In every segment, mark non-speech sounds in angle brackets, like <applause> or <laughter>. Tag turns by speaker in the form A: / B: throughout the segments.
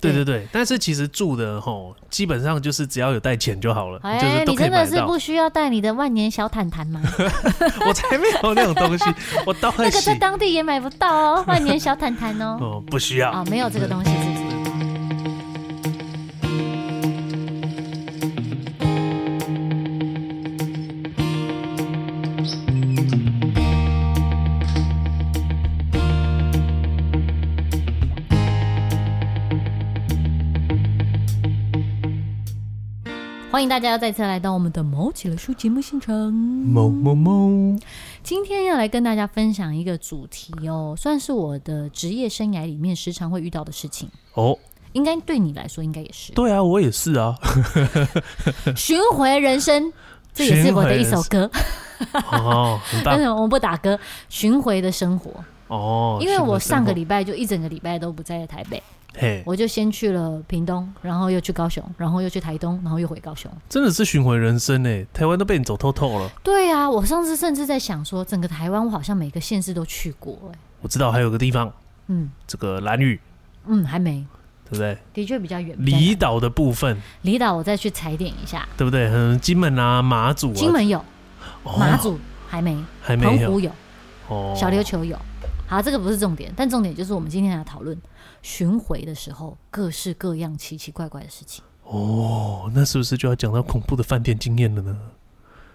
A: 对
B: 对
A: 对对，但是其实住的吼，基本上就是只要有带钱就好了，
B: 哎、
A: 就是都
B: 你
A: 可以
B: 真
A: 买
B: 的
A: 得
B: 是
A: 到。
B: 不需要带你的万年小毯毯
A: <laughs>
B: 吗？
A: 我才没有那种东
B: <laughs>
A: 西，我当
B: 那
A: 然
B: 个在
A: 是
B: 当地也买不到哦，万年小毯毯哦。
A: 哦，不需要
B: 啊、。没有这个东西是不是？欢迎大家再次来到我们的毛起来书节目现场。
A: 某某某，
B: 今天要来跟大家分享一个主题哦，算是我的职业生涯里面时常会遇到的事情，
A: 哦，
B: 应该对你来说应该也是
A: 对啊，我也是
B: <laughs>
A: 啊。
B: 巡回
A: <laughs>
B: 人生。这也是我的一首歌，
A: 哦，很
B: 但
A: 棒
B: 是 <laughs> 我不打歌。巡回的生活，
A: 哦，哎
B: 因为我上个
A: 礼
B: 礼拜就一整个礼拜都不在台北，
A: 嘿，
B: 我就先去了屏东，然后又去高雄，然后又去台东，然后又回高雄。
A: 真的是巡回人生呢，台湾都被你走透透了。
B: 对啊，我上次甚至在想说，整个台湾我好像每个县市都去过、哎，
A: 我知道还有个地方，
B: 嗯
A: 这个蓝屿，
B: 嗯，还没，
A: 对不对？
B: 的确比较远。比较
A: 离
B: 远
A: 岛的部分，
B: 离岛，我再去踩点一下。
A: 对不对？嗯，金门啊，马祖啊，
B: 金门有，
A: 哦
B: 马祖还没，
A: 还
B: 澎
A: 没有
B: 湖有，
A: 哦，
B: 小琉球有。好，这个不是重点，但重点就是我们今天来讨论巡回的时候各式各样奇奇怪怪的事情。
A: 哦，那是不是就要讲到恐怖的饭店经验了呢？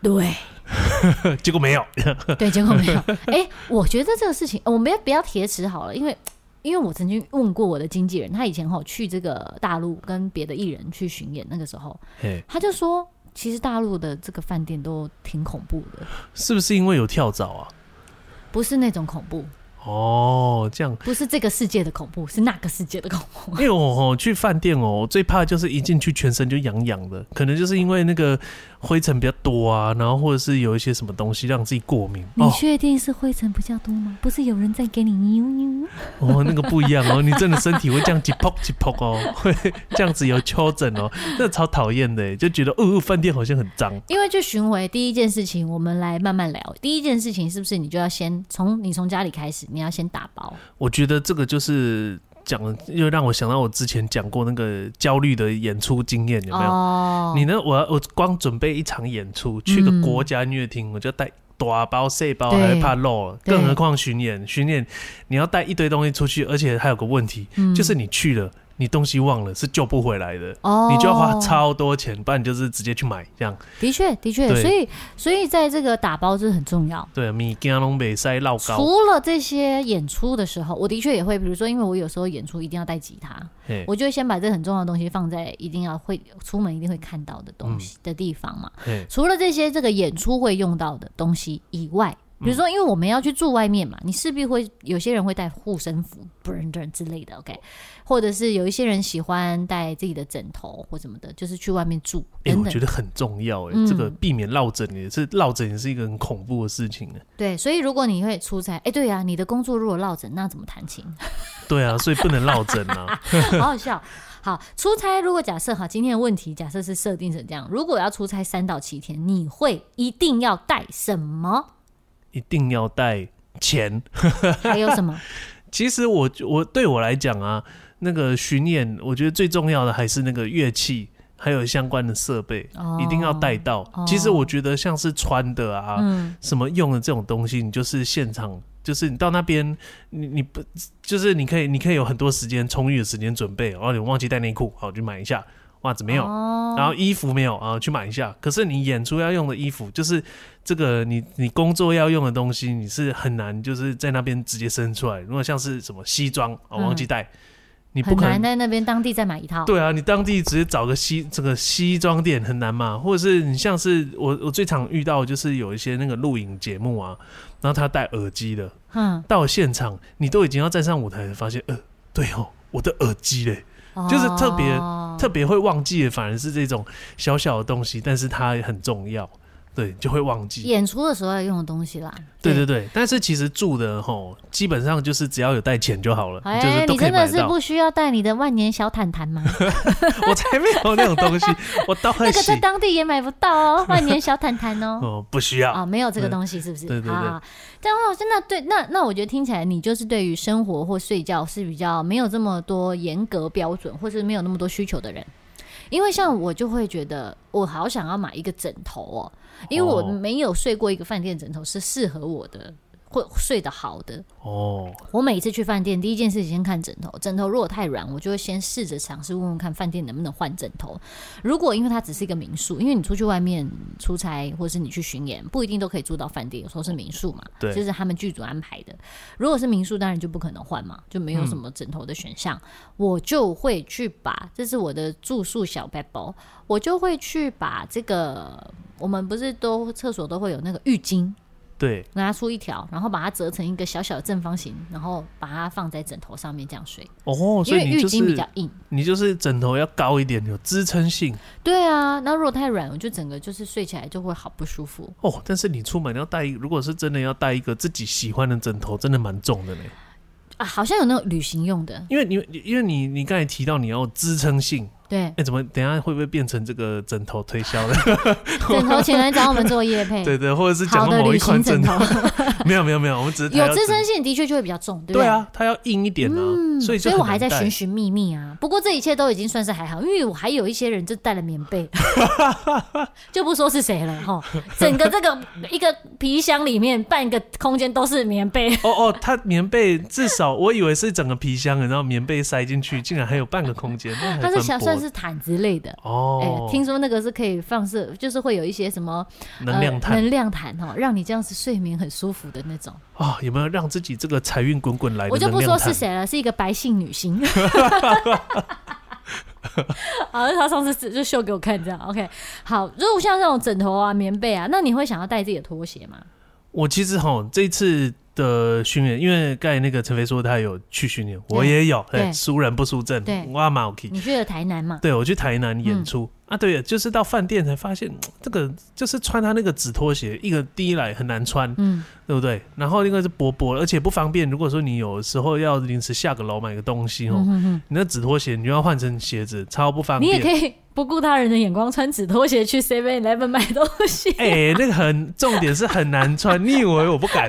B: 对
A: 结果没有，
B: 对，结果没 <laughs> 有。哎、我觉得这个事情，呃我们要不要铁齿好了？因为因为我曾经问过我的经纪人，他以前哈去这个大陆跟别的艺人去巡演，那个时候
A: 嘿，
B: 他就说，其实大陆的这个饭店都挺恐怖的，
A: 是不是因为有跳蚤啊？
B: 不是那种恐怖，
A: 哦，这样，
B: 不是这个世界的恐怖，是那个世界的恐怖。
A: 因为我哦去饭店哦，我最怕就是一进去全身就痒痒的，可能就是因为那个灰尘比较多啊，然后或者是有一些什么东西让自己过敏
B: 你
A: 哦
B: 确定是灰尘比较多吗？不是有人在给你妞妞？
A: 哦，那个不一样哦，你真的身体会这样起泡起泡哦，会这样子有丘疹哦，那超讨厌的，就觉得哦饭店好像很脏
B: 因为去巡回第一件事情，我们来慢慢聊。第一件事情是不是你就要先从你从家里开始，你要先打包？
A: 我觉得这个就是讲，又让我想到我之前讲过那个焦虑的演出经验，有没有？
B: 哦
A: 你呢？我我光准备一场演出，去个
B: 嗯
A: 国家音乐厅，我就带大包细包，
B: 对
A: 还会怕漏了，
B: 对
A: 更何况巡演。巡演你要带一堆东西出去，而且还有个问题，
B: 嗯
A: 就是你去了，你东西忘了是救不回来的。
B: 哦，
A: 你就要花。超多钱，不然你就是直接去买这样。
B: 的确，的确，
A: 对
B: 所以所以在这个打包是很重要。
A: 对，米加龙北塞绕高，
B: 除了这些演出的时候，我的确也会，比如说，因为我有时候演出一定要带吉他，
A: 嘿，
B: 我就会先把这很重要的东西放在一定要会出门一定会看到的东
A: 嗯
B: 西、的地方嘛。
A: 嘿，
B: 除了这些这个演出会用到的东西以外，
A: 嗯
B: 比如说，因为我们要去住外面嘛，你势必会有些人会带护身符、 <laughs> 不认证之类的，OK，或者是有一些人喜欢带自己的枕头或什么的，就是去外面住
A: 哎、
B: 等
A: 我
B: 等。
A: 觉得很重要哎、
B: 嗯
A: 这个避免落枕也是落枕也是一个很恐怖的事情哎、
B: 对，所以如果你会出差，哎，对呀、你的工作如果落枕，那怎么弹琴？
A: 对啊，所以不能落枕啊。
B: <laughs> 好好笑。好，出差如果假设哈，今天的问题假设是设定成这样，如果要出差三到七天，你会一定要带什么？
A: 一定要带钱。
B: 还有什
A: <laughs>
B: 么？
A: 其实我我对我来讲啊，那个巡演，我觉得最重要的还是那个乐器，还有相关的设备，
B: 哦
A: 一定要带到。其实我觉得像是穿的啊，
B: 嗯，
A: 什么用的这种东西，你就是现场。就是你到那边，你你不就是你可以你可以有很多时间充裕的时间准备，哦，你忘记带内裤，好去买一下，袜子没有，
B: 哦
A: 然后衣服没有啊，去买一下。可是你演出要用的衣服，就是这个你你工作要用的东西，你是很难就是在那边直接生出来。如果像是什么西装啊、哦
B: 嗯
A: 忘记带，你不
B: 很
A: 可
B: 难
A: 能。
B: 在那边当地再买一套。
A: 对啊，你当地直接找个西这个西装店很难嘛，或者是你像是我我最常遇到的就是有一些那个录影节目啊，然后他戴耳机的，
B: 嗯，
A: 到现场你都已经要站上舞台了，发现呃，对哦，我的耳机嘞，就是特别
B: 哦
A: 特别会忘记的，反而是这种小小的东西，但是它很重要。对，就会忘记。
B: 演出的时候要用的东西啦。
A: 对对对，但是其实住的吼，基本上就是只要有带 <laughs> 钱就好了，
B: 哎、
A: 就是都
B: 你
A: 可以
B: 真
A: 买
B: 的
A: 得
B: 是
A: 到。哎
B: 不需要带你的万年小毯
A: <laughs>
B: 毯吗？
A: 我才没有那种东西，我都
B: <laughs> 那
A: 很
B: 个
A: 喜
B: 在。当地也买不到哦，万年小毯毯哦。
A: <laughs> 哦，不需要
B: 啊、。没有这个
A: 对
B: 东西，是不是？
A: 对对对
B: 啊，但我真的对那那我觉得听起来你就是对于生活或睡觉是比较没有这么多严格标准，或是没有那么多需求的人。因为像我就会觉得我好想要买一个枕头哦，因为我
A: 哦
B: 没有睡过一个饭店枕头是适合我的，会睡得好的。
A: 哦，
B: 我每次去饭店，第一件事情先看枕头。枕头如果太软，我就会先试着尝试问问看饭店能不能换枕头。如果因为它只是一个民宿，因为你出去外面出差，或是你去巡演，不一定都可以住到饭店，有时候是民宿嘛，
A: 对
B: 就是他们剧组安排的。如果是民宿，当然就不可能换嘛，就没有什么枕头的选项。我就会去把，这是我的住宿小 b a b 我就会去把这个，我们不是都厕所都会有那个浴巾，
A: 对，
B: 拿出一条，然后把它折成一个小小的正方形，然后把它放在枕头上面这样睡，
A: 哦，
B: 因
A: 所
B: 为
A: 以你
B: 浴
A: 就
B: 巾比较
A: 是
B: 硬。
A: 你就是枕头要高一点，有支撑性。
B: 对啊，那如果太软，我就整个就是睡起来就会好不舒服。
A: 哦，但是你出门要带一，如果是真的要带一个自己喜欢的枕头，真的蛮重的呢。
B: 啊，好像有那种旅行用的，
A: 因为你因为你你刚才提到你要有支撑性，
B: 对
A: <laughs> 哎、，怎么等一下会不会变成这个枕头推销的？
B: 枕头请来找我们做夜
A: <laughs>
B: 配，
A: 对对，或者是讲
B: 好
A: 到
B: 的
A: 某一
B: 旅
A: 款
B: 行
A: 枕
B: 枕
A: 头
B: 头，，
A: 没有没有没有，我们只是
B: <laughs> 有
A: 它要
B: 支
A: 枕
B: 撑性的确就会比较重，对不
A: 对
B: 对？
A: 啊，它要硬一点啊，所以就
B: 嗯所以我
A: 很
B: 还在
A: 难带
B: 寻寻觅觅啊。不过这一切都已经算是还好，因为我还有一些人就带了棉
A: <laughs>
B: 被，就不说是谁了哈。整个这个一个皮箱里面半个空间都是棉被，
A: 哦哦，它棉被至少我以为是整个皮箱，然后棉被塞进去，竟然还有半个空间， <laughs> 那还
B: 它是
A: 蛮
B: 小
A: 薄的
B: 算是毯子类的。哎、
A: 哦，
B: 听说那个是可以放射，就是会有一些什么
A: 能量
B: 呃、
A: 毯
B: 能量毯哦，让你这样子睡眠很舒服的那种。
A: 啊、有没有让自己这个财运滚滚来的
B: 我就
A: 能
B: 不
A: 量
B: 说
A: 毯
B: 是谁了，是一个白姓
A: <laughs>
B: 女星。好，她上次就秀给我看这样，OK。好，如果像这种枕头啊、棉被啊，那你会想要带自己的拖鞋吗？
A: 我其实哈这一次的训练，因为刚才那个陈飞说他有去训练，我也有，
B: 对
A: 哎，输人不输阵
B: 对，
A: 哇嘛 OK。
B: 你去了台南嘛？
A: 对，我去台南演出、啊，对，就是到饭店才发现，嗯这个就是穿他那个纸拖鞋，一个第一来很难穿，
B: 嗯，
A: 对不对？然后另外是薄薄的，而且不方便。如果说你有时候要临时下个楼买个东西哦，
B: 嗯哼哼
A: 你那纸拖鞋你就要换成鞋子，超不啊方
B: 你
A: 便。
B: 也可以不顾他人的眼光，穿纸拖鞋去 Seven Eleven 买东 <laughs> 西。
A: 哎、那个很重点是很难穿，你以为我不
B: <laughs>
A: 敢？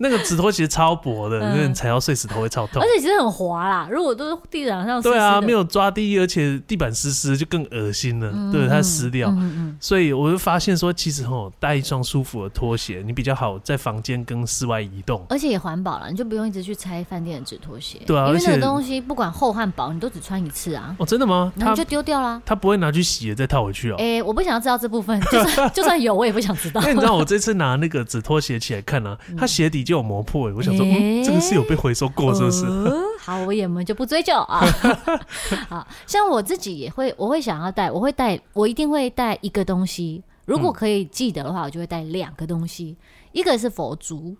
A: 那个纸拖鞋超薄的，
B: 嗯哦
A: 那你踩到碎石头会超痛
B: 而。且其实很滑啦，如果都是地板上湿湿的，
A: 对啊，没有抓地，而且地板湿湿就更恶心了，对，它湿掉。
B: 嗯嗯嗯，
A: 所以我就发现说，其实吼带一双舒服的拖鞋，你比较好在房间跟室外移动。
B: 而且也环保了，你就不用一直去拆饭店的纸拖鞋。
A: 对啊
B: 因为那
A: 而且
B: 个东西不管厚和薄，你都只穿一次啊，
A: 哦，真的吗？
B: 然
A: 他
B: 后你就哎丢掉啦。
A: 他不会拿去洗了再套回去哦。 <laughs>
B: 诶，我不想要知道这部分，就算就算有，我也不想知道
A: 那。你知道我这次拿那个纸拖鞋起来看
B: <laughs> 嗯
A: 啊，它鞋底就有磨破、欸，我想说，嗯，
B: 诶
A: 这个是有被回收过是不是？
B: 呃 <laughs> 好，我也们就不追究啊。 <laughs> 好像我自己也会，我会想要带，我会带，我一定会带一个东西。如
A: 嗯
B: 果可以记得的话，我就会带两个东西，一个是佛珠，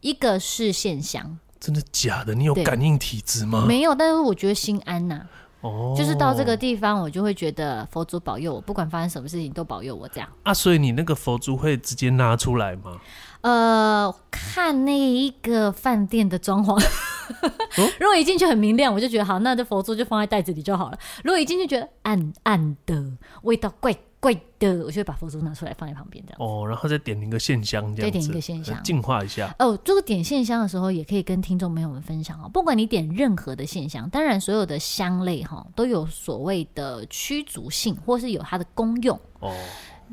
B: 一个是线香。
A: 真的假的？你有
B: 对
A: 感应体质吗？
B: 没有，但是我觉得心安呐、
A: 嗯哦，
B: 就是到这个地方，我就会觉得佛祖保佑我，不管发生什么事情都保佑我这样。
A: 啊，所以你那个佛珠会直接拿出来吗？
B: 呃，看那一个饭店的装潢，
A: 哦
B: <laughs> 如果一进去很明亮，我就觉得好，那这佛珠就放在袋子里就好了。如果一进去觉得暗暗的，味道怪怪的，我就会把佛珠拿出来放在旁边这样。
A: 哦，然后再点一个线香这
B: 再
A: 样子，
B: 点一个线香
A: 呃净化一下。
B: 哦，这个点线香的时候，也可以跟听众朋友们分享哦。不管你点任何的线香，当然所有的香类哈、都有所谓的驱逐性，或是有它的功用。
A: 哦，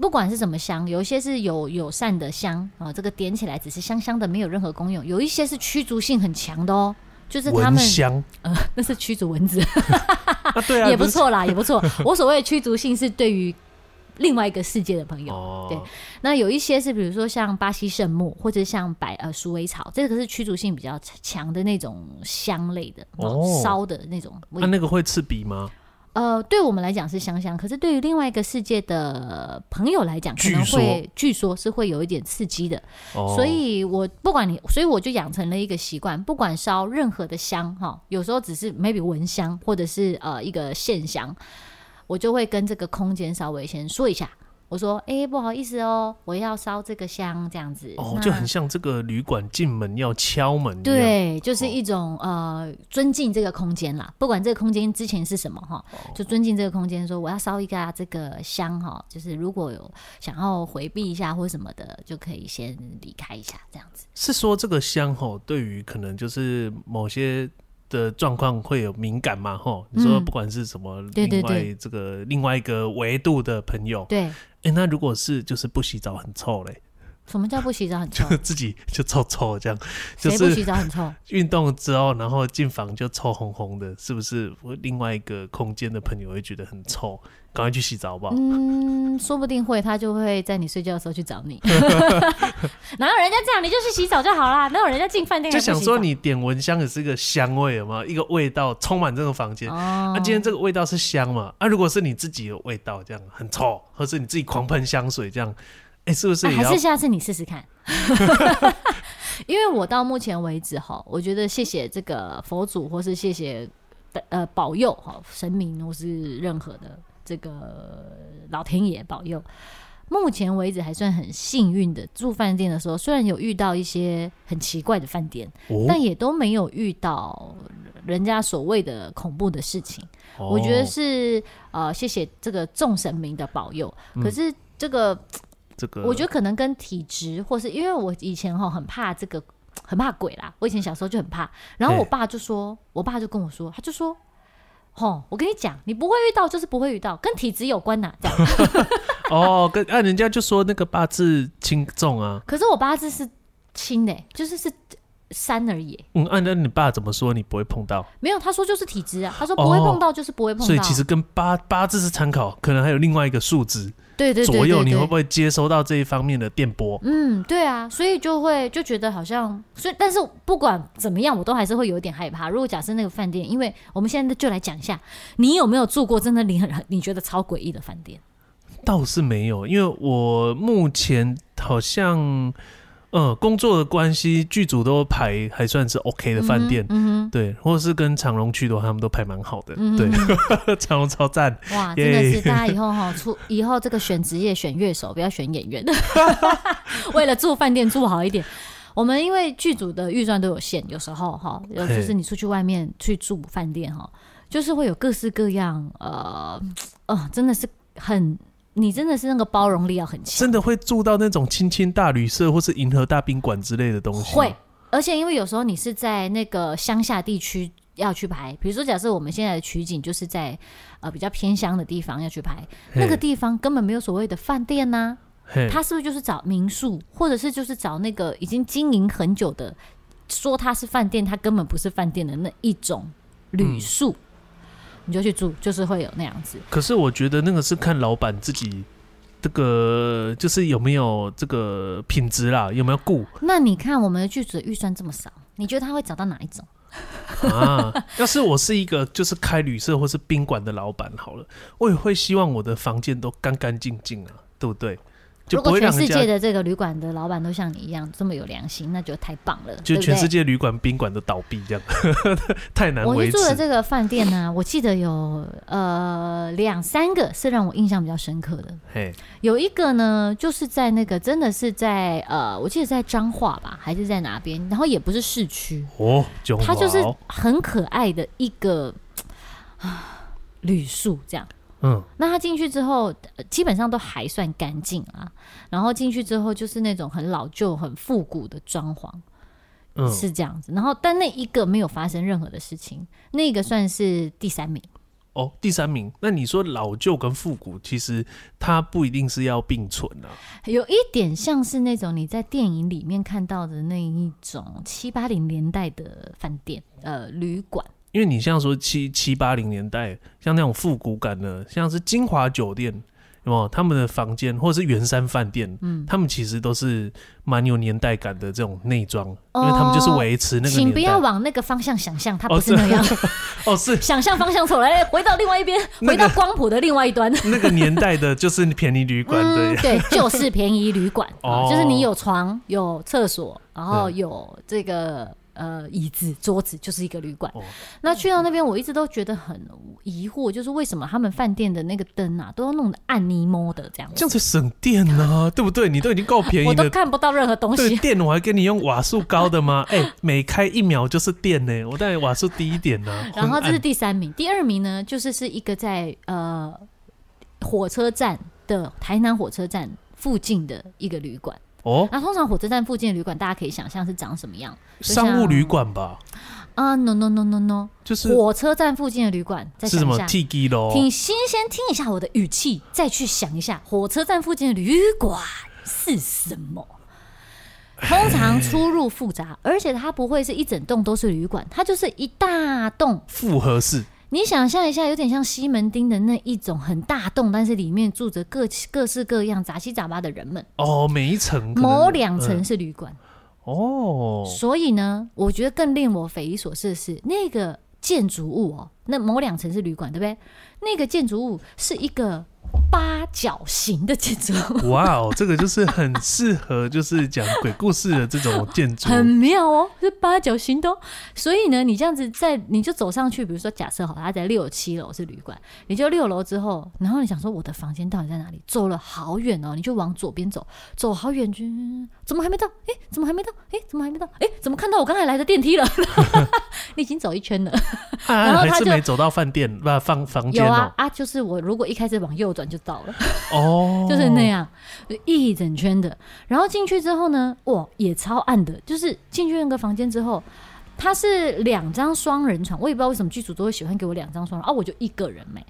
B: 不管是什么香，有一些是有友善的香啊、哦，这个点起来只是香香的，没有任何功用；有一些是驱逐性很强的哦，就是他
A: 蚊
B: 们 <laughs>
A: 香
B: 那是驱逐蚊子，
A: 啊， <laughs> 对啊，
B: 也不
A: 是
B: 错啦，也不错。
A: <laughs>
B: 我所谓的驱逐性是对于另外一个世界的朋友，
A: 哦，
B: 对那有一些是比如说像巴西圣木或者像白呃鼠尾草，这个是驱逐性比较强的那种香类的，
A: 哦啊
B: 哦、烧的那种味
A: 那、那个会刺鼻吗？
B: 呃，对我们来讲是香香，可是对于另外一个世界的朋友来讲，可
A: 据
B: 能
A: 说
B: 会据说是会有一点刺激的。
A: 哦，
B: 所以我不管你，所以我就养成了一个习惯，不管烧任何的香哈，有时候只是 maybe 蚊香或者是呃一个线香，我就会跟这个空间稍微先说一下。我说：“哎、不好意思哦，我要烧这个香，这样子。
A: 哦，
B: 那
A: 就很像这个旅馆进门要敲门一样。
B: 对，就是
A: 哦
B: 一种、呃尊敬这个空间啦，不管这个空间之前是什么哈，
A: 哦
B: 就尊敬这个空间，说我要烧一个、啊、这个香哈，就是如果有想要回避一下或什么的，就可以先离开一下这样子。
A: 是说这个香吼，对于可能就是某些的状况会有敏感嘛？吼，你说
B: 嗯
A: 不管是什么，
B: 对对
A: 另外
B: 对
A: 这个另外一个维度的朋友，
B: 对，
A: 哎，那如果是就是不洗澡很臭嘞，
B: 什么叫不洗澡很臭
A: 就？ <laughs> 自己就臭臭这样，就
B: 谁不
A: 是哦
B: 洗澡很臭？
A: 运动之后，然后进房就臭烘烘的，是不是？另外一个空间的朋友会觉得很臭，赶快去洗澡好不好？
B: 嗯，说不定会，他就会在你睡觉的时候去找
A: <laughs>
B: 你。哪有人家这样？你就去洗澡就好啦。哪有人家进饭店还
A: 就
B: 不洗澡
A: 想说你点蚊香也是一个香味，有没有一个味道充满这个房间？
B: 哦
A: 啊，今天这个味道是香嘛？啊，如果是你自己的味道，这样很臭，或是你自己狂喷香水这样，哎、是不是
B: 啊
A: 也
B: 还
A: 要
B: 是下次你试试看。因为我到目前为止哈，我觉得谢谢这个佛祖，或是谢谢呃保佑哈神明，或是任何的这个老天爷保佑。目前为止还算很幸运的，住饭店的时候虽然有遇到一些很奇怪的饭店，
A: 哦
B: 但也都没有遇到人家所谓的恐怖的事情。
A: 哦
B: 我觉得是呃，谢谢这个众神明的保佑。可是这个
A: 这个，
B: 我觉得可能跟体质，或是因为我以前哈很怕这个，很怕鬼啦。我以前小时候就很怕，然后
A: 嘿
B: 我爸就说，我爸就跟我说，他就说。吼，我跟你讲，你不会遇到就是不会遇到，跟体质有关呐、这样。
A: 哦，跟啊，人家就说那个八字轻重啊，
B: 可是我八字是轻的、就是是三而已、
A: 嗯，按、照你爸怎么说，你不会碰到，
B: 没有，他说就是体质啊，他说不会碰到就是不会碰到。
A: 哦所以其实跟八八字是参考，可能还有另外一个数值
B: 对对对对
A: 左右，你
B: 对
A: 会不会接收到这一方面的电波？
B: 嗯，对啊，所以就会就觉得好像，所以但是不管怎么样，我都还是会有一点害怕。如果假设那个饭店，因为我们现在就来讲一下，你有没有住过真的你很你觉得超诡异的饭店？
A: 倒是没有，因为我目前好像。嗯，工作的关系，剧组都排还算是 OK 的饭店，
B: 嗯
A: 对，或者是跟长隆去的话，他们都排蛮好的。
B: 嗯
A: 对， <laughs> 长隆超赞。
B: 哼，哇，真
A: <laughs> 耶
B: 的是大家以后
A: <laughs>
B: 哈出以后这个选职业选乐手，不要选演员， <laughs> 为了住饭店住好一点。我们因为剧组的预算都有限，有时候哈，有
A: 嘿
B: 就是你出去外面去住饭店哈，就是会有各式各样，呃，哦，真的是很，你真的是那个包容力要很强，
A: 真的会住到那种青青大旅社或是银河大宾馆之类的东西。
B: 会，而且因为有时候你是在那个乡下地区要去拍，比如说假设我们现在的取景就是在呃比较偏乡的地方要去拍，
A: 嘿
B: 那个地方根本没有所谓的饭店呐、
A: 嘿
B: 他是不是就是找民宿，或者是就是找那个已经经营很久的，说它是饭店，它根本不是饭店的那一种旅宿，
A: 嗯
B: 你就去住，就是会有那样子。
A: 可是我觉得那个是看老板自己这个就是有没有这个品质啦，有没有顾
B: 那你看我们的剧组的预算这么少，你觉得他会找到哪一种？ <laughs>
A: 啊。要是我是一个就是开旅社或是宾馆的老板好了，我也会希望我的房间都干干净净啊，对不对？就
B: 如
A: 不
B: 果
A: 会
B: 全
A: 让人
B: 世界
A: 家。
B: 的这个旅馆的老板都像你一样这么有良心，那就太棒了，
A: 就全世
B: 界。
A: 界旅馆、宾馆都倒闭这样， <laughs> 太难
B: 我
A: 维
B: 去
A: 持
B: 住。的这个饭店呢、我记得有呃两三个是让我印象比较深刻的，
A: 嘿，
B: 有一个呢，就是在那个真的是在呃，我记得在彰化吧，还是在哪边，然后也不是市区，
A: 哦，囧
B: 它就是
A: 豪
B: 很可爱的一个啊旅宿这样。
A: 嗯，
B: 那他进去之后、呃基本上都还算干净啊。然后进去之后，就是那种很老旧、很复古的装潢，
A: 嗯
B: 是这样子。然后，但那一个没有发生任何的事情，那个算是第三名。
A: 哦，第三名。那你说老旧跟复古，其实它不一定是要并存啊。
B: 有一点像是那种你在电影里面看到的那一种七八零年代的饭店，呃，旅馆。
A: 因为你像说七七八零年代，像那种复古感的，像是金华酒店，有没有他们的房间，或者是圆山饭店，嗯，他们其实都是蛮有年代感的这种内装，因为他们就是维持那个
B: 哦请
A: 年
B: 不要
A: 代。
B: 往那个方向想象，它
A: 哦
B: 不是那
A: 是
B: 样。
A: 哦，是
B: <laughs> 想象方向错了，哎，回到另外一边，
A: 那
B: 回
A: 个
B: 到光谱的另外一端。
A: 那个年代的，就是便宜旅馆
B: 嗯， <laughs>
A: 的，
B: 对，就是便宜旅馆，
A: <laughs> 哦
B: 啊就是你有床、有厕所，然后
A: 嗯
B: 有这个呃椅子、桌子，就是一个旅馆。
A: 哦
B: 那去到那边，我一直都觉得很疑惑，就是为什么他们饭店的那个灯啊，都要弄得暗泥摸的这样
A: 这
B: 子，
A: 样才省电呢、对不对？你都已经够便
B: 我
A: 宜
B: 都
A: 的，
B: 看不到任何东
A: 对
B: 西。
A: 电我还给你用瓦数高的吗？ <laughs> 哎、每开一秒就是电呢、我当然瓦数低一点呢、
B: <laughs> <laughs> 然
A: 昏
B: 后这是
A: 暗
B: 第三名，第二名呢，就是是一个在呃火车站的台南火车站附近的一个旅馆。
A: 哦，
B: 那通常火车站附近的旅馆，大家可以想象是长什么样就像
A: 商务旅馆吧，
B: 啊？No No No No No，
A: 就是
B: 火车站附近的旅馆，再
A: 是
B: 想
A: 什
B: 一
A: 么
B: 下。
A: T 哦 G 咯，
B: 听，先先听一下我的语气，再去想一下火车站附近的旅馆是什么。通常出入复杂，而且它不会是一整栋都是旅馆，它就是一大栋。
A: 复合式
B: 你想象一下，有点像西门町的那一种很大栋，但是里面住着各各式各样杂七杂八的人们。
A: 哦，每一层可能
B: 某两层
A: 嗯
B: 是旅馆，
A: 哦，
B: 所以呢，我觉得更令我匪夷所思的是，那个建筑物哦，那某两层是旅馆，对不对？那个建筑物是一个八角形的建筑物，
A: 哇哦， <laughs> 这个就是很适合就是讲鬼故事的这种建筑，
B: 很妙哦，是八角形的、哦。所以呢，你这样子在你就走上去，比如说假设好，它在六七楼是旅馆，你就六楼之后，然后你想说我的房间到底在哪里？走了好远哦，你就往左边走，走好远就怎么还没到？诶，怎么还没到？诶，怎么还没到？诶，怎么看到我刚才来的电梯了？ <laughs> 你已经走一圈了。
A: 啊
B: 然后
A: 还
B: 他
A: 是
B: 就
A: 没走到饭店不房房间
B: 有啊
A: 哦，
B: 啊，就是我如果一开始往右转就到了，
A: 哦，
B: 就是那样一整圈的。然后进去之后呢，哇，也超暗的。就是进去那个房间之后，它是两张双人床，我也不知道为什么剧组都会喜欢给我两张双人，啊，我就一个人没、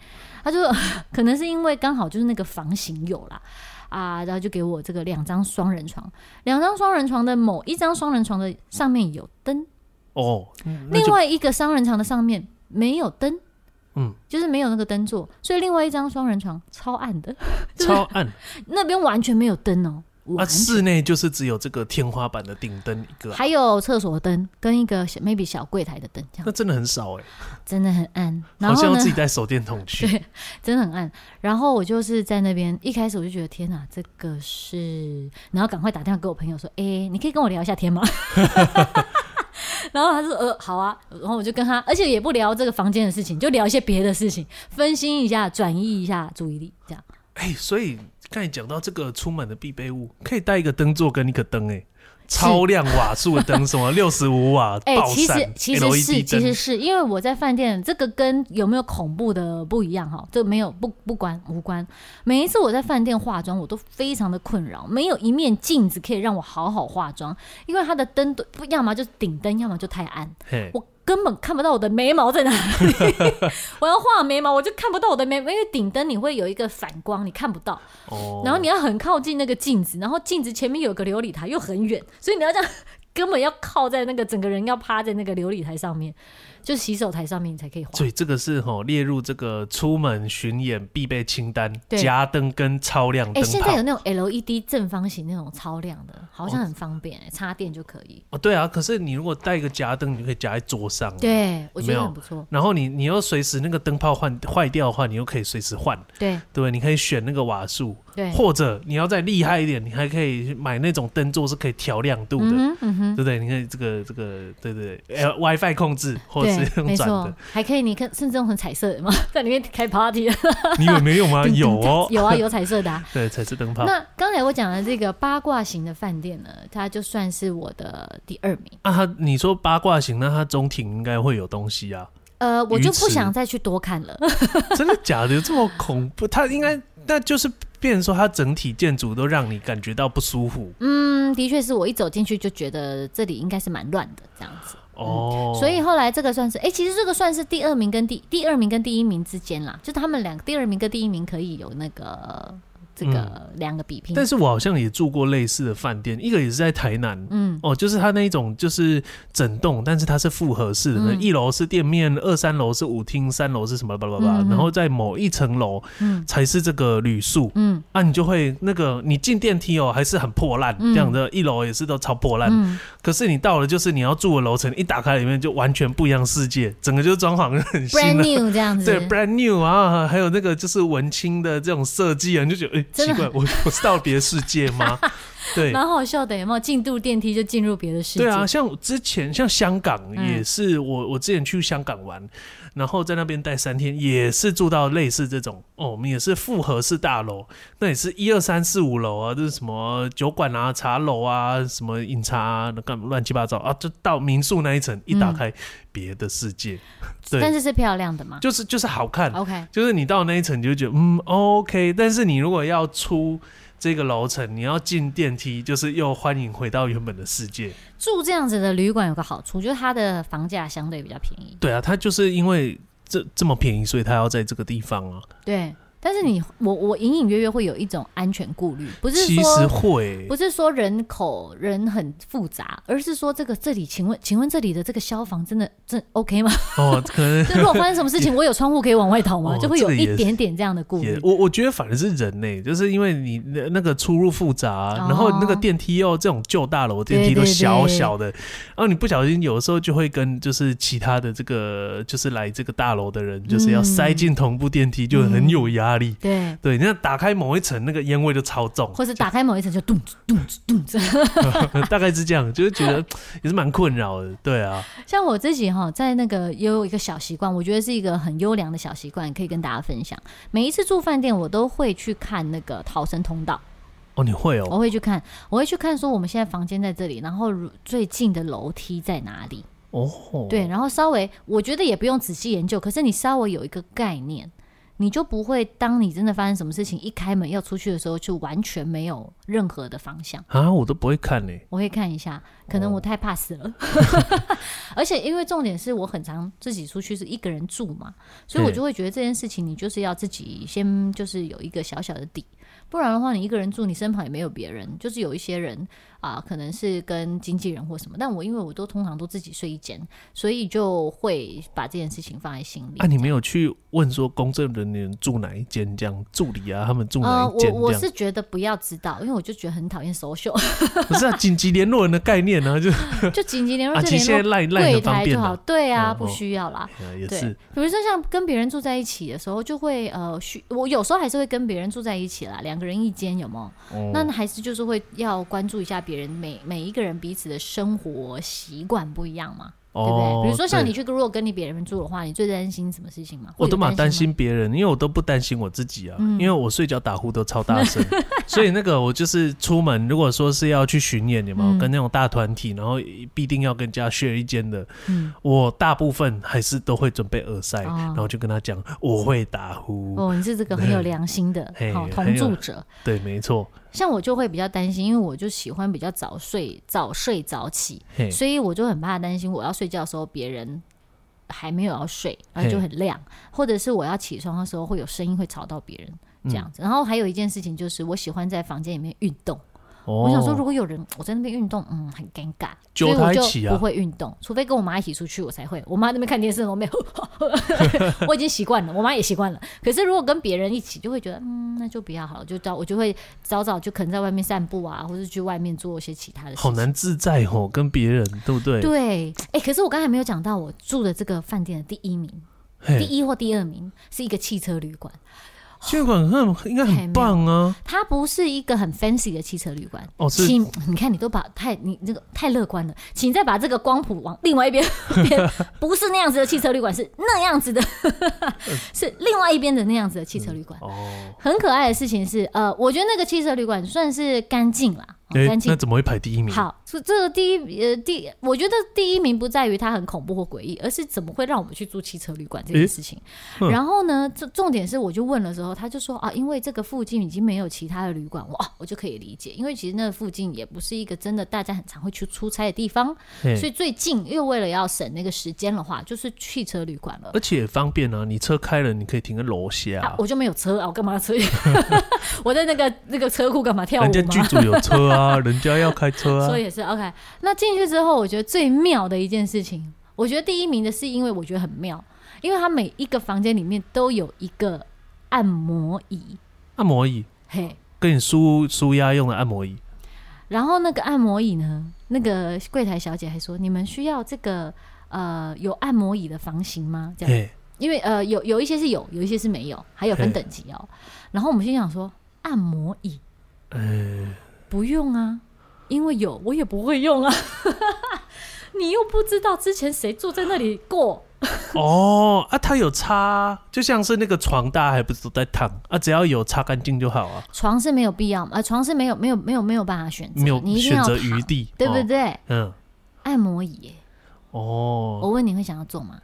B: 他就 <laughs> 可能是因为刚好就是那个房型有啦。啊，然后就给我这个两张双人床，两张双人床的某一张双人床的上面有灯，
A: 哦，嗯那
B: 另
A: 就
B: 外一个双人床的上面没有灯，
A: 嗯，
B: 就是没有那个灯座，所以另外一张双人床超暗的，就是
A: 超暗
B: 那边完全没有灯哦，
A: 啊，
B: 完全。
A: 室内就是只有这个天花板的顶灯一个啊，
B: 还有厕所灯跟一个小 maybe 小柜台的灯，这
A: 那 <laughs>
B: 样
A: 真的很少哎，
B: 真的很暗。然
A: 好像
B: 后
A: 要
B: 呢
A: 自，己带手电筒去，
B: 对，真的很暗。然后我就是在那边，一开始我就觉得天哪，这个是，然后赶快打电话给我朋友说，哎、你可以跟我聊一下天吗？ <laughs> 然后他说：“呃，好啊。”然后我就跟他，而且也不聊这个房间的事情，就聊一些别的事情，分心一下，转移一下注意力，这样。
A: 哎，所以刚才讲到这个出门的必备物，可以带一个灯座跟一个灯哎。超亮瓦数的灯，什么六十五瓦
B: <laughs> 哎、
A: 爆
B: 其实
A: 闪
B: 其实是
A: LED
B: 其实
A: 灯，
B: 是因为我在饭店，这个跟有没有恐怖的不一样哈，这没有不不关无关。每一次我在饭店化妆，我都非常的困扰，没有一面镜子可以让我好好化妆，因为它的灯都不要么就是顶灯，要么就太暗，
A: 嘿，
B: 我根本看不到我的眉毛在哪里。 <laughs> 我要画眉毛，我就看不到我的眉毛，因为顶灯你会有一个反光，你看不到。
A: 哦，
B: 然后你要很靠近那个镜子，然后镜子前面有个琉璃台又很远，所以你要这样根本要靠在那个整个人要趴在那个琉璃台上面，就洗手台上面你才可以画。
A: 所以这个是吼、列入这个出门巡演必备清单，
B: 对
A: 夹灯跟超亮
B: 哎、
A: 灯
B: 现在
A: 泡
B: 有。那种 LED 正方形那种超亮的，好像很方便、哎插电就可以。
A: 哦，对啊，可是你如果带一个夹灯，你就可以夹在桌上、，
B: 对，我
A: 哦没
B: 觉得
A: 有
B: 很不错。
A: 然后你你要随时那个灯泡换坏掉的话，你又可以随时换，
B: 对
A: 对不对？你可以选那个瓦数，
B: 对，
A: 或者你要再厉害一点，你还可以买那种灯座是可以调亮度的，
B: 嗯哼嗯
A: 对
B: 哼，
A: 不对？你可以这个这个，对对对，呃，WiFi 控制或者是
B: 对，
A: 用
B: 没
A: 转
B: 错
A: 的，，
B: 还可以，你看甚至用成彩色的嘛， <laughs> 在里面开 party，，
A: <laughs> 你有没有吗？有哦
B: <laughs> 有啊，有彩色的、
A: <laughs>
B: 啊。
A: 对，彩色灯泡
B: 那刚才我讲的这个八卦型的饭店呢，它就算是我的第二名。
A: 啊，它你说八卦型，那它中庭应该会有东西啊。
B: 呃，我
A: 鱼
B: 就不
A: 池
B: 想再去多看了。 <laughs>
A: 真的假的？有这么恐怖？它应该那就是变成说，它整体建筑都让你感觉到不舒服
B: 嗯，的确是我一走进去就觉得这里应该是蛮乱的这样子，
A: 哦。
B: 嗯所以后来这个算是，哎、其实这个算是第二名跟第第二名跟第一名之间啦，就他们两个第二名跟第一名可以有那个这个两个比拼。
A: 嗯但是我好像也住过类似的饭店，一个也是在台南。
B: 嗯，
A: 哦，就是它那一种，就是整栋，但是它是复合式的，
B: 嗯
A: 一楼是店面，二三楼是舞厅，三楼是什么，巴拉巴拉，
B: 嗯嗯嗯
A: 然后在某一层楼
B: 嗯
A: 才是这个旅宿
B: 嗯
A: 啊，你就会那个你进电梯哦，还是很破烂，
B: 嗯
A: 这样的，一楼也是都超破烂，
B: 嗯，
A: 可是你到了，就是你要住的楼层，一打开里面就完全不一样世界，整个就是装潢很
B: brand
A: 新的，
B: new 这样子，
A: 对，brand new 啊，还有那个就是文青的这种设计啊，你就觉得哎、
B: 真
A: 奇怪，
B: 的 <laughs>
A: 我我是到别世界吗？对
B: 蛮好笑的，有没有？进度电梯就进入别的世界，
A: 对啊，像我之前像香港
B: 嗯
A: 也是，我我之前去香港玩，然后在那边待三天，也是住到类似这种哦，我们也是复合式大楼，那也是一二三四五楼啊，就是什么酒馆啊、茶楼啊、什么饮茶啊，干嘛乱七八糟啊，就到民宿那一层一打开，别的世界，对
B: 但是是漂亮的嘛
A: 就是就是好看，
B: ？OK，
A: 就是你到那一层你就觉得嗯 OK，但是你如果要出这个楼层，你要进电梯，就是又欢迎回到原本的世界。
B: 住这样子的旅馆有个好处，就是它的房价相对比较便宜。
A: 对啊，他就是因为这这么便宜，所以他要在这个地方啊。
B: 对，但是你我我隐隐约约会有一种安全顾虑，不是
A: 其实
B: 说
A: 会
B: 不是说人口人很复杂，而是说这个这里，请问请问这里的这个消防真的真
A: <laughs>
B: OK 吗？
A: 哦，可能
B: 就如果发生什
A: <laughs>
B: 么事情，我有窗户可以往外逃吗？
A: 哦
B: 就会有
A: 这个也是
B: 一点点这样的顾虑
A: 也。我我觉得反而是人类，就是因为你那那个出入复杂、啊
B: 哦
A: 然后那个电梯又这种旧大楼电梯都小小的，然后你不小心有的时候就会跟就是其他的这个就是来这个大楼的人，就是要塞进同步电梯，就很有压力。
B: 对，
A: 对，那打开某一层，那个烟味就超重，
B: 或是打开某一层就咚子咚子咚子。
A: <laughs> 大概是这样，就是觉得也是蛮困扰的。对啊，
B: 像我自己哈，在那个也有一个小习惯，我觉得是一个很优良的小习惯，可以跟大家分享。每一次住饭店，我都会去看那个逃生通道，
A: 哦，你会哦，
B: 我会去看，我会去看说我们现在房间在这里，然后如最近的楼梯在哪里。
A: 哦，
B: 对，然后稍微我觉得也不用仔细研究，可是你稍微有一个概念，你就不会当你真的发生什么事情，一开门要出去的时候，就完全没有任何的方向。
A: 啊，我都不会看嘞、
B: 我会看一下，可
A: 哦
B: 能我太怕死
A: <laughs>
B: 了，而且因为重点是我很常自己出去是一个人住嘛，所以我
A: 对
B: 就会觉得这件事情你就是要自己先就是有一个小小的底，不然的话你一个人住，你身旁也没有别人，就是有一些人啊、可能是跟经纪人或什么，但我因为我都通常都自己睡一间，所以就会把这件事情放在心里。
A: 啊，你没有去问说公证人员住哪一间，这样助理啊，他们住哪
B: 呃，
A: 一间
B: 我
A: 这
B: 我
A: 样？
B: 是觉得不要知道，因为我就觉得很讨厌 social， <laughs>
A: 不 <laughs> 是啊，紧急联络人的概念呢、啊，就
B: 就紧急联络
A: 啊，
B: 就
A: 其实现在
B: 联络
A: 赖赖
B: 柜
A: 很方
B: 台就
A: 便
B: 好。
A: 啊，
B: 对啊，
A: 嗯
B: 不
A: 哦
B: 需要啦。
A: 哎呀也
B: 对，
A: 是
B: 比如说像跟别人住在一起的时候，就会呃，需我有时候还是会跟别人住在一起啦，两个人一间有没有？
A: 哦
B: 那还是就是会要关注一下别人每每一个人彼此的生活习惯不一样嘛，对不
A: 哦
B: 对？。比如说像
A: 对
B: 你，去如果跟你别人住的话，你最担心什么事情嘛？
A: 我都
B: 会
A: 蛮
B: 有
A: 担
B: 吗。
A: 心别人，因为我都不担心我自己啊，
B: 嗯
A: 因为我睡觉打呼都超大声，所以那个我就是出门，如果说是要去巡演，有没有、
B: 嗯
A: 跟那种大团体，然后必定要跟人家 share 一间的，
B: 嗯，
A: 我大部分还是都会准备耳塞，
B: 哦
A: 然后就跟他讲我会打呼，
B: 哦，你是这个很有良心的
A: 嘿
B: 好、
A: 很
B: 同住
A: 有
B: 者。
A: 对，没错，
B: 像我就会比较担心，因为我就喜欢比较早睡、早睡早起，
A: 嘿，
B: 所以我就很怕担心，我要睡觉的时候别人还没有要睡，然后就很亮，或者是我要起床的时候会有声音会吵到别人
A: 嗯
B: 这样子。然后还有一件事情就是，我喜欢在房间里面运动。
A: 哦
B: 我想说，如果有人我在那边运动，嗯，很尴尬，
A: 揪
B: 所以我
A: 他一
B: 就
A: 起啊
B: 不会运动，除非跟我妈一起出去，我才会。我妈那边看电视，我没有， <laughs> 我已经习惯了，我妈也习惯了。可是如果跟别人一起，就会觉得，嗯，那就比较好了，就早我就会早早就可能在外面散步啊，或者去外面做一些其他的事情。
A: 好难自在哦，跟别人对不对？
B: 对，哎、可是我刚才没有讲到我住的这个饭店的第一名、第
A: 嘿，
B: 一或第二名是一个汽车旅馆，
A: 这款很应该很棒啊！
B: 它不是一个很 fancy 的汽车旅馆。
A: 哦，是
B: 请你看，你都把太你那个太乐观了，请再把这个光谱往另外一边 <laughs> 变，不是那样子的汽车旅馆，是那样子的， <laughs> 是另外一边的那样子的汽车旅馆。
A: 哦，
B: 很可爱的事情是，呃，我觉得那个汽车旅馆算是干净啦，哦
A: 哎
B: 干，净
A: 那怎么会排第一名？
B: 好，这这个第一呃第，我觉得第一名不在于它很恐怖或诡异，而是怎么会让我们去住汽车旅馆这件
A: 诶嗯
B: 事情。
A: 哼
B: 然后呢，重重点是我就问了之后，他就说啊，因为这个附近已经没有其他的旅馆，我、啊、我就可以理解，因为其实那附近也不是一个真的大家很常会去出差的地方，
A: 嘿，
B: 所以最近又为了要省那个时间的话，就是汽车旅馆了。
A: 而且也方便啊，你车开了，你可以停在楼
B: 啊
A: 下，，
B: 我就没有车啊，我干嘛要车？ <laughs> 我在那个那个车库干嘛跳舞
A: 人家
B: 吗？
A: 剧组有车
B: <laughs>
A: 啊，人家要开车啊
B: 所，以也是 OK。那进去之后，我觉得最妙的一件事情，我觉得第一名的是因为我觉得很妙，因为它每一个房间里面都有一个按摩椅，
A: 按摩椅，
B: 嘿，
A: 跟你舒舒压用的按摩椅，
B: 然后那个按摩椅呢，那个柜台小姐还说，你们需要这个。呃，有按摩椅的房型吗？这样，
A: 嘿，
B: 因为呃，有有一些是有，有一些是没有，还有分
A: 嘿
B: 等级哦。然后我们心想说，按摩椅
A: 呃，
B: 不用啊，因为有我也不会用啊。 <laughs> 你又不知道之前谁坐在那里过，
A: 哦啊，它有擦啊，就像是那个床，大家还不是都在烫啊，只要有擦干净就好啊，
B: 床是没有必要嘛，呃，床是没有没有没有没有办法选择，
A: 没有
B: 你一定
A: 选
B: 要
A: 择
B: 躺
A: 余地，
B: 对不
A: 哦？
B: 对？
A: 嗯，
B: 按摩椅耶，
A: 哦，
B: 我问你会想要做吗？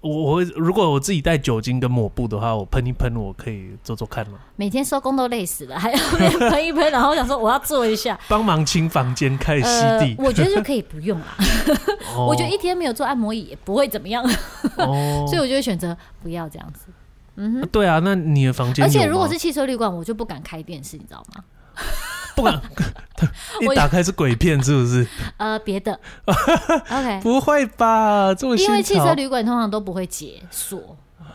A: 我我会如果我自己带酒精跟抹布的话，我喷一喷，我可以做做看
B: <laughs>
A: 嘛，
B: 每天收工都累死了，还要被喷一喷，然后想说我要做
A: <laughs>
B: 一下。呃
A: 帮忙清房间，开始吸地。
B: 我觉得就可以不用啦。
A: <laughs> 哦
B: 呃我觉得一 <laughs> 天没有做按摩椅也不会怎么样，
A: 哦，
B: 所以我就会选择不要这样子。
A: 对啊，那你的房间
B: 而
A: 有吗，
B: 且如果是汽车旅馆，我就不敢开电视，你知道吗？
A: 不敢，一
B: 我
A: 打开是鬼片是不是？
B: <laughs> 呃，
A: <laughs>
B: 别的，OK，
A: 不会吧，这么新潮
B: 哎因为汽车旅馆通常都不会解锁，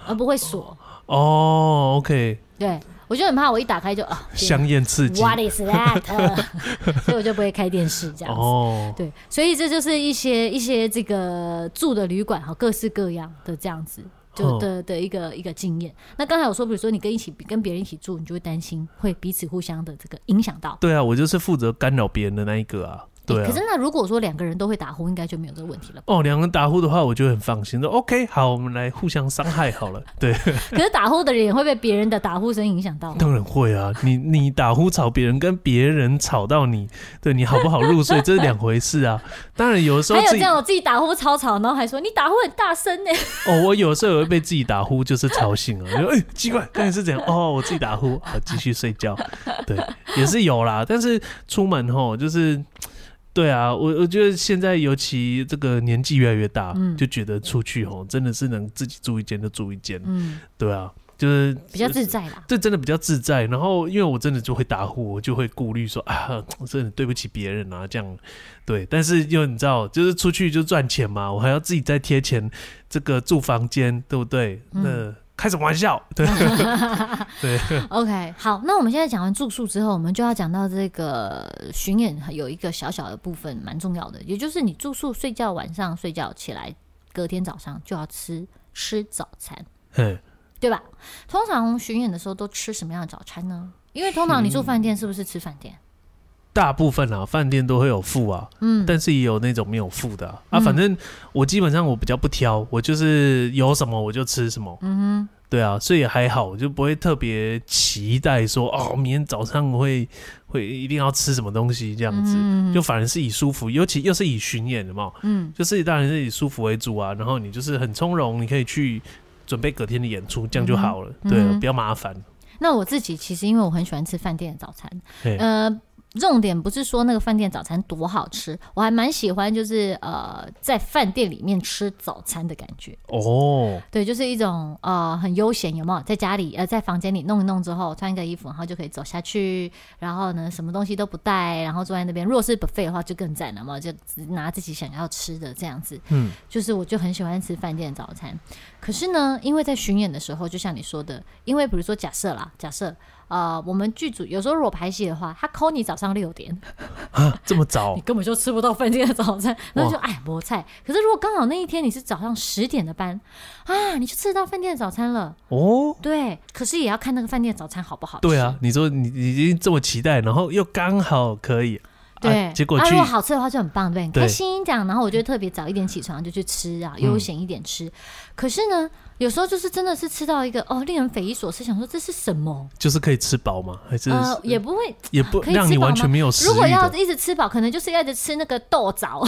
B: 呃，不会锁。
A: 哦，OK，
B: 对我就很怕，我一打开就啊天
A: 香艳刺激
B: ，What is that？呃 <laughs> 所以我就不会开电视这样子。
A: 哦，
B: 对，所以这就是一些一些这个住的旅馆哈，各式各样的这样子。就
A: 哦
B: 的的一个一个经验。那刚才我说，比如说你跟一起跟别人一起住，你就会担心会彼此互相的这个影响到。
A: 对啊，我就是负责干扰别人的那一个啊，对
B: 诶
A: 啊。
B: 哎可是那如果说两个人都会打呼，应该就没有这个问题了吧。
A: 哦，两个人打呼的话，我就很放心的。OK，好，我们来互相伤害好了。对，
B: 可是打呼的人也会被别人的打呼声影响到吗。
A: <laughs> 当然会啊。你你打呼吵别人，跟别人吵到你，对你好不好入
B: <laughs>
A: 睡，这是两回事啊。当然，有的时候
B: 还有
A: 自
B: 这
A: 己
B: 样，我自己打呼超吵，然后还说你打呼很大声呢。
A: 哦，我有时候也会被自己打呼就是吵醒了，就哎、奇怪，刚才是怎样？哦，我自己打呼，好继续睡觉。对，也是有啦，但是出门吼就是。对啊，我我觉得现在尤其这个年纪越来越大，
B: 嗯
A: 就觉得出去吼真的是能自己住一间就住一间，
B: 嗯，
A: 对啊，就是
B: <laughs> 比较自在啦。
A: 这真的比较自在。然后因为我真的就会打呼，我就会顾虑说啊，我真的对不起别人啊，这样对。但是又你知道，就是出去就赚钱嘛，我还要自己再贴钱，这个住房间，对不对？
B: 嗯
A: 那开什么玩笑？对对，
B: <laughs> OK，好，那我们现在讲完住宿之后，我们就要讲到这个巡演有一个小小的部分蛮重要的，也就是你住宿睡觉晚上睡觉起来，隔天早上就要吃吃早餐，
A: 嗯，
B: 对吧？通常巡演的时候都吃什么样的早餐呢？因为通常你住饭店是不是吃饭店？
A: 大部分啊，饭店都会有付啊，
B: 嗯，
A: 但是也有那种没有付的啊。啊
B: 嗯
A: 反正我基本上我比较不挑，我就是有什么我就吃什么。嗯对啊，所以还好，我就不会特别期待说哦，明天早上会会一定要吃什么东西这样子，就反而是以舒服，尤其又是以巡演的嘛，
B: 嗯
A: 就是当然是以舒服为主啊。然后你就是很从容，你可以去准备隔天的演出，这样就好了。
B: 嗯哼
A: 对
B: 嗯
A: 啊，
B: 哼
A: 不要麻烦。
B: 那我自己其实因为我很喜欢吃饭店的早餐，
A: 嘿
B: 呃，重点不是说那个饭店早餐多好吃，我还蛮喜欢就是呃在饭店里面吃早餐的感觉。
A: 哦，
B: 对，就是一种呃很悠闲，有没有？在家里呃在房间里弄一弄之后，穿一个衣服，然后就可以走下去，然后呢什么东西都不带，然后坐在那边。如果是 buffet 的话，就更赞了嘛，就只拿自己想要吃的这样子。
A: 嗯，
B: 就是我就很喜欢吃饭店的早餐。可是呢，因为在巡演的时候，就像你说的，因为比如说假设啦，假设呃我们剧组有时候如果排戏的话，他 call 你早上六点，
A: 啊，这么早
B: <laughs> 你根本就吃不到饭店的早餐，然后就哎磨菜。可是如果刚好那一天你是早上十点的班啊，你就吃得到饭店的早餐了。
A: 哦。
B: 对，可是也要看那个饭店的早餐好不好吃。
A: 对啊，，你说你你已经这么期待，然后又刚好可以，
B: 对。
A: 啊、结果
B: 啊、
A: 去
B: 如果好吃的话就很棒，对不对？
A: 对
B: 很
A: 嗯
B: 开心这样，然后我就特别早一点起床就去吃啊，悠闲一点吃。可是呢，有时候就是真的是吃到一个哦，令人匪夷所思，想说这是什么？
A: 就是可以吃饱吗？还是、
B: 呃，也不会。
A: 也不
B: 可以吃
A: 让你
B: 饱吗
A: 完全没有食
B: 如果
A: 欲
B: 要
A: 的
B: 一直吃饱，可能就是要一直吃那个豆枣，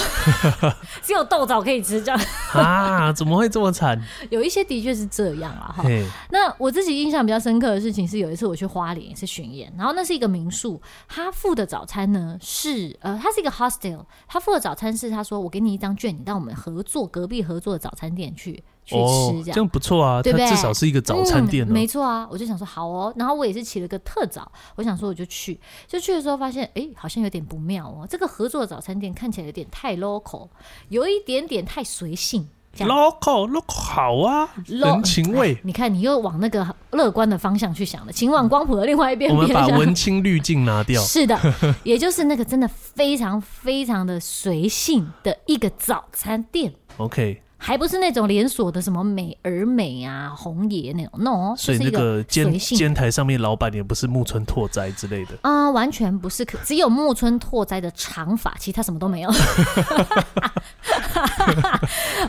B: 只有豆枣可以吃这样。
A: <laughs> 啊？怎么会这么惨？
B: 有一些的确是这样啊，哈。
A: 嘿，
B: 那我自己印象比较深刻的事情是，有一次我去花莲也是巡演，然后那是一个民宿，他付的早餐呢是呃，它是一个 hostel，他付的早餐是他说我给你一张券，你到我们合作隔壁合作的早餐店去去
A: 哦
B: 吃，
A: 这
B: 这样。
A: 样不错啊，
B: 对不对
A: 它至少是一个早餐店
B: 嗯
A: 呢、
B: 没错啊，我就想说好哦，然后我也是起了个特早，我想说我就去，就去的时候发现，哎，好像有点不妙哦，这个合作的早餐店看起来有点太 local，有一点点太随性，这样
A: local local 好啊，
B: Lo-
A: 人情
B: <laughs>
A: 味。
B: 你看，你又往那个乐观的方向去想了，请往光谱的另外一边
A: 我们
B: 偏
A: 把
B: 向。
A: 文青滤镜拿掉，
B: 是的，也就是那个真的非常非常的随性的一个早餐店
A: OK，
B: 还不是那种连锁的什么美而美啊、红爷那种，no，
A: 所以
B: 哦就是
A: 那
B: 一个
A: 个监
B: 随性
A: 监台上面老板也不是木村拓哉之类的，
B: 啊、完全不是可，只有木村拓哉的长发，其他什么都
A: <laughs>
B: 没有。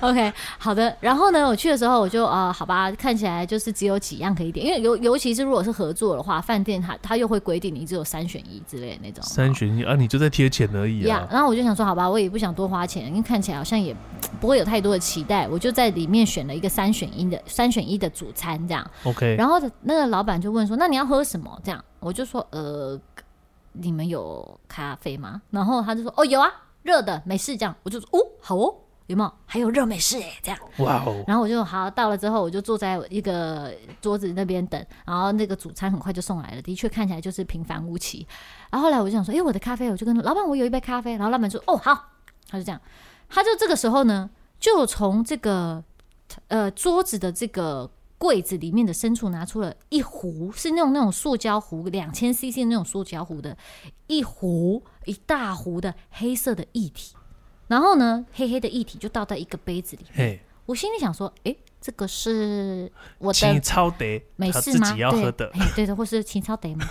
B: OK，好的。然后呢，我去的时候我就啊、呃好吧，看起来就是只有几样可以点，因为尤尤其是如果是合作的话，饭店它它又会规定你只有三选一之类的那种。
A: 三选一啊，你就在贴钱而已
B: 呀
A: 啊。
B: 然后我就想说，好吧，我也不想多花钱，因为看起来好像也不会有太多的期待，我就在里面选了一个三选一的三选一的主餐这样。
A: OK，
B: 然后那个老板就问说：“那你要喝什么？”这样，我就说：“呃，你们有咖啡吗？”然后他就说：“哦，有啊，热的美式。”这样，我就说：“哦，好哦，有没有？还有热美式哎，这样。”
A: 哇哦，
B: 然后我就好到了之后，我就坐在一个桌子那边等，然后那个主餐很快就送来了，的确看起来就是平凡无奇。然后后来我就想说，诶，我的咖啡，我就跟他老板我有一杯咖啡，然后老板说，哦好，他就这样，他就这个时候呢，就从这个呃桌子的这个。柜子里面的深处拿出了一壶，是那种那种塑胶壶，两千 CC 的那种塑胶壶的一壶一大壶的黑色的液体，然后呢，黑黑的液体就倒在一个杯子里面
A: 嘿，
B: 我心里想说，诶，这个是我
A: 请
B: 的
A: 超得
B: 美
A: 他
B: 式
A: 自
B: 吗？
A: 己
B: 对，
A: 要喝的，
B: 哎对的， <laughs> 或是青草
A: <laughs>
B: 得吗？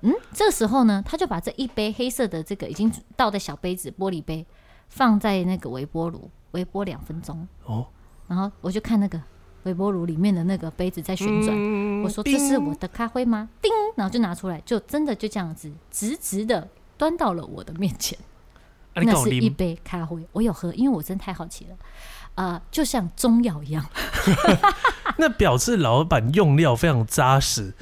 B: 嗯，这时候呢，他就把这一杯黑色的这个已经倒的小杯子玻璃杯放在那个微波炉，微波两分钟，
A: 哦，
B: 然后我就看那个微波炉里面的那个杯子在旋转。
A: 嗯
B: 我说这是我的咖啡吗？叮，然后就拿出来，就真的就这样子直直的端到了我的面前。
A: 啊你
B: 那
A: 跟我
B: 是一
A: 拎
B: 杯咖啡，我有喝，因为我真的太好奇了。呃，就像中药一样，
A: 那表示老板用料非常扎实，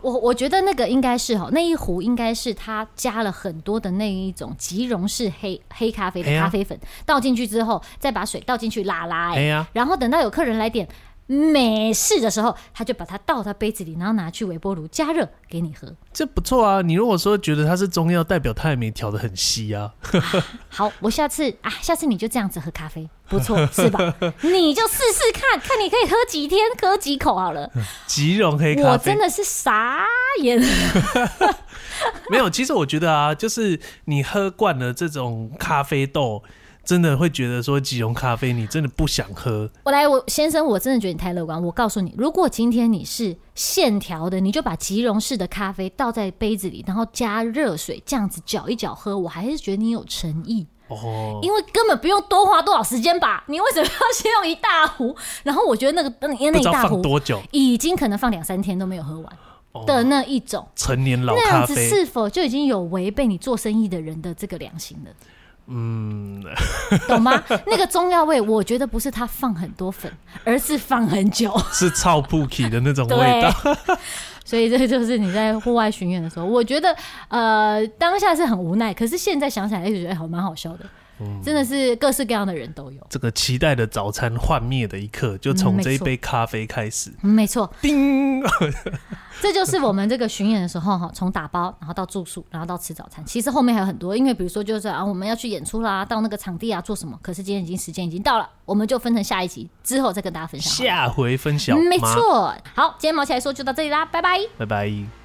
B: 我我觉得那个应该是哈，那一壶应该是他加了很多的那一种即溶式黑黑咖啡的
A: 哎呀
B: 咖啡粉，倒进去之后，再把水倒进去拉拉、
A: 哎
B: 哎，
A: 呀，
B: 然后等到有客人来点美式的时候，他就把它倒到杯子里，然后拿去微波炉加热给你喝。
A: 这不错啊。你如果说觉得它是中药，代表它也没调的很稀
B: <laughs>
A: 啊。
B: 好，我下次啊，下次你就这样子喝咖啡，不
A: <laughs>
B: 错是吧？你就试试看看你可以喝几天，喝几口好了。
A: 即溶黑咖
B: 我
A: 啡
B: 真的是傻眼。
A: 没有，其实我觉得啊，就是你喝惯了这种咖啡豆，真的会觉得说即溶咖啡你真的不想喝。
B: 我来，我先生，我真的觉得你太乐观。我告诉你，如果今天你是现调的，你就把即溶式的咖啡倒在杯子里，然后加热水，这样子搅一搅喝，我还是觉得你有诚意，
A: 哦，
B: 因为根本不用多花多少时间吧？你为什么要先用一大壶？然后我觉得那个
A: 不
B: 嗯那那
A: 知
B: 一
A: 道
B: 大
A: 放
B: 壶
A: 多久哦
B: 已经可能放两三天都没有喝完的那一种。
A: 成年老
B: 那
A: 咖
B: 样子
A: 啡，
B: 是否就已经有违背你做生意的人的这个良心了？
A: 嗯， <laughs>
B: 懂吗？那个中药味，我觉得不是他放很多粉，而是放很久。
A: 是超不起的那
B: <laughs>
A: 种味道。
B: 所以这就是你在户外巡演的时候，我觉得呃当下是很无奈，可是现在想起来就觉得哎好蛮好笑的，
A: 嗯
B: 真的是各式各样的人都有。
A: 这个期待的早餐幻灭的一刻，就
B: 嗯
A: 从
B: 没
A: 这一
B: 错
A: 杯咖啡开始。
B: 嗯没错，
A: 叮，
B: <laughs> 这就是我们这个巡演的时候哈，从打包，然后到住宿，然后到吃早餐。其实后面还有很多，因为比如说就是啊，我们要去演出啦，到那个场地啊做什么。可是今天已经时间已经到了，我们就分成下一集之后再跟大家分享好了。
A: 下回分享。
B: 嗯没，错，好，今天毛起来说就到这里啦，拜拜。
A: 拜拜。